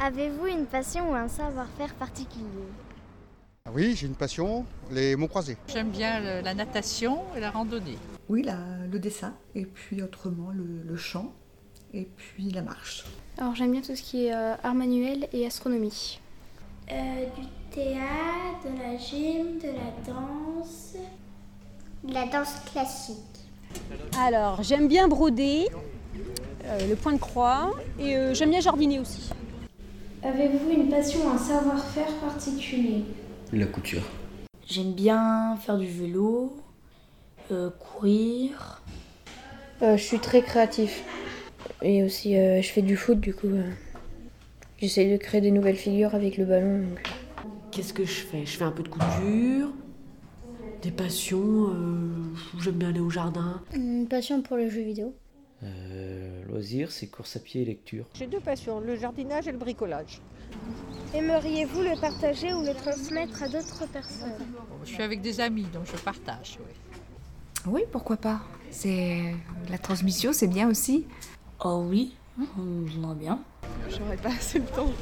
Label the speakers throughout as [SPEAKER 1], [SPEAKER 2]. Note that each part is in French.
[SPEAKER 1] Avez-vous une passion ou un savoir-faire particulier
[SPEAKER 2] Ah Oui, j'ai une passion, les mots croisés.
[SPEAKER 3] J'aime bien le- la natation et la randonnée.
[SPEAKER 4] Oui, la- le dessin, et puis autrement le, le chant, et puis la marche.
[SPEAKER 5] Alors j'aime bien tout ce qui est euh, art manuel et astronomie.
[SPEAKER 6] du théâtre, de la gym, de la danse.
[SPEAKER 1] De la danse classique.
[SPEAKER 7] Alors, j'aime bien broder, euh, le point de croix, et euh, j'aime bien jardiner aussi.
[SPEAKER 6] Avez-vous une passion ou un savoir-faire particulier
[SPEAKER 8] La couture.
[SPEAKER 9] J'aime bien faire du vélo, euh, courir.
[SPEAKER 10] Euh, je suis très créatif. Et aussi, je fais du foot, du coup. J'essaye de créer des nouvelles figures avec le ballon.
[SPEAKER 11] Qu'est-ce que je fais Je fais un peu de couture, des passions. euh, J'aime bien aller au jardin.
[SPEAKER 10] Une passion pour le jeu vidéo.
[SPEAKER 8] Euh, loisirs, c'est course à pied et lecture.
[SPEAKER 12] J'ai deux passions, le jardinage et le bricolage.
[SPEAKER 1] Aimeriez-vous le partager ou le transmettre à d'autres personnes
[SPEAKER 3] Je suis avec des amis, donc je partage. oui.
[SPEAKER 13] Oui, pourquoi pas. C'est la transmission, c'est bien aussi.
[SPEAKER 9] Oh oui,
[SPEAKER 11] Mmh.
[SPEAKER 9] j'en ai bien.
[SPEAKER 13] J'aurais pas assez le temps.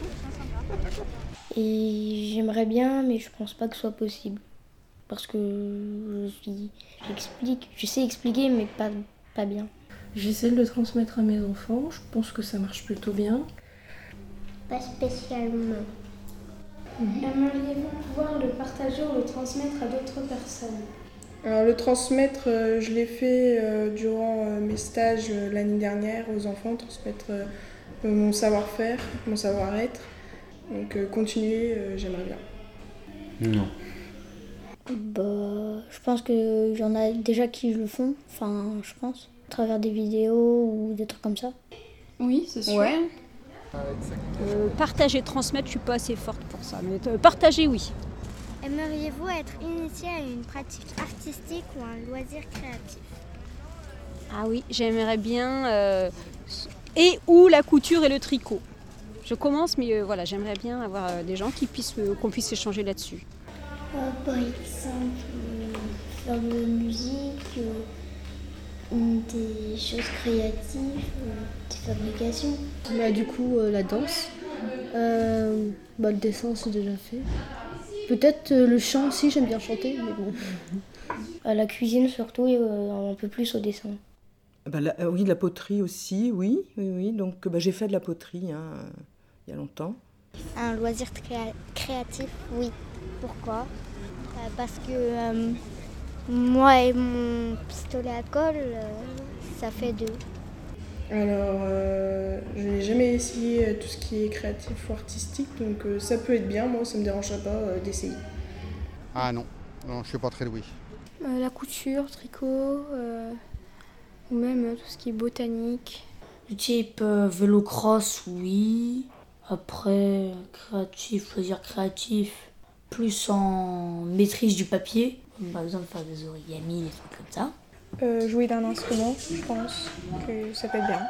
[SPEAKER 10] Et j'aimerais bien, mais je pense pas que ce soit possible. Parce que je suis- j'explique, je sais expliquer, mais pas, pas bien.
[SPEAKER 14] J'essaie de le transmettre à mes enfants, je pense que ça marche plutôt bien.
[SPEAKER 1] Pas spécialement.
[SPEAKER 6] Aimeriez-vous pouvoir le partager ou le transmettre à d'autres personnes
[SPEAKER 12] Alors le transmettre, euh, je l'ai fait euh, durant euh, mes stages euh, l'année dernière aux enfants, transmettre euh, mon savoir-faire, mon savoir-être. Donc euh, continuer, euh, j'aimerais bien.
[SPEAKER 8] Non.
[SPEAKER 10] Bah, je pense que j'en ai déjà qui le font, enfin, je pense, à travers des vidéos ou des trucs comme ça.
[SPEAKER 7] Oui,
[SPEAKER 10] c'est
[SPEAKER 7] sûr. Ouais. Euh, partager, transmettre, je suis pas assez forte pour ça, mais euh, partager, oui.
[SPEAKER 1] Aimeriez-vous être initié à une pratique artistique ou un loisir créatif
[SPEAKER 7] Ah oui, j'aimerais bien euh, et ou la couture et le tricot. Je commence, mais euh, voilà, j'aimerais bien avoir euh, des gens qui puissent euh, qu'on puisse échanger là-dessus.
[SPEAKER 1] Euh, Par exemple, euh, faire de la musique, euh, des choses créatives, des fabrications.
[SPEAKER 10] Bah, du coup, euh, la danse. Euh, bah, le dessin, c'est déjà fait. Peut-être euh, le chant aussi, j'aime bien chanter, mais bon. À la cuisine surtout, et un peu plus au dessin.
[SPEAKER 15] Bah, la- euh, oui, la poterie aussi, oui, oui, oui. Donc euh, bah, j'ai fait de la poterie hein, euh, il y a longtemps.
[SPEAKER 1] Un loisir créa- créatif, oui. Pourquoi Euh, Parce que euh, moi et mon pistolet à colle, euh, ça fait deux.
[SPEAKER 12] Alors, euh, je n'ai jamais essayé euh, tout ce qui est créatif ou artistique, donc euh, ça peut être bien, moi ça me dérangerait pas euh, d'essayer.
[SPEAKER 2] Ah non, non, je suis pas très doué.
[SPEAKER 5] Euh, la couture, tricot, euh, ou même euh, tout ce qui est botanique.
[SPEAKER 9] Du type euh, vélo cross, oui. Après, euh, créatif, loisir créatif, plus en maîtrise du papier. Comme Par exemple, faire des origamis, des trucs comme ça.
[SPEAKER 12] Euh, jouer d'un instrument, je pense que ça peut être bien.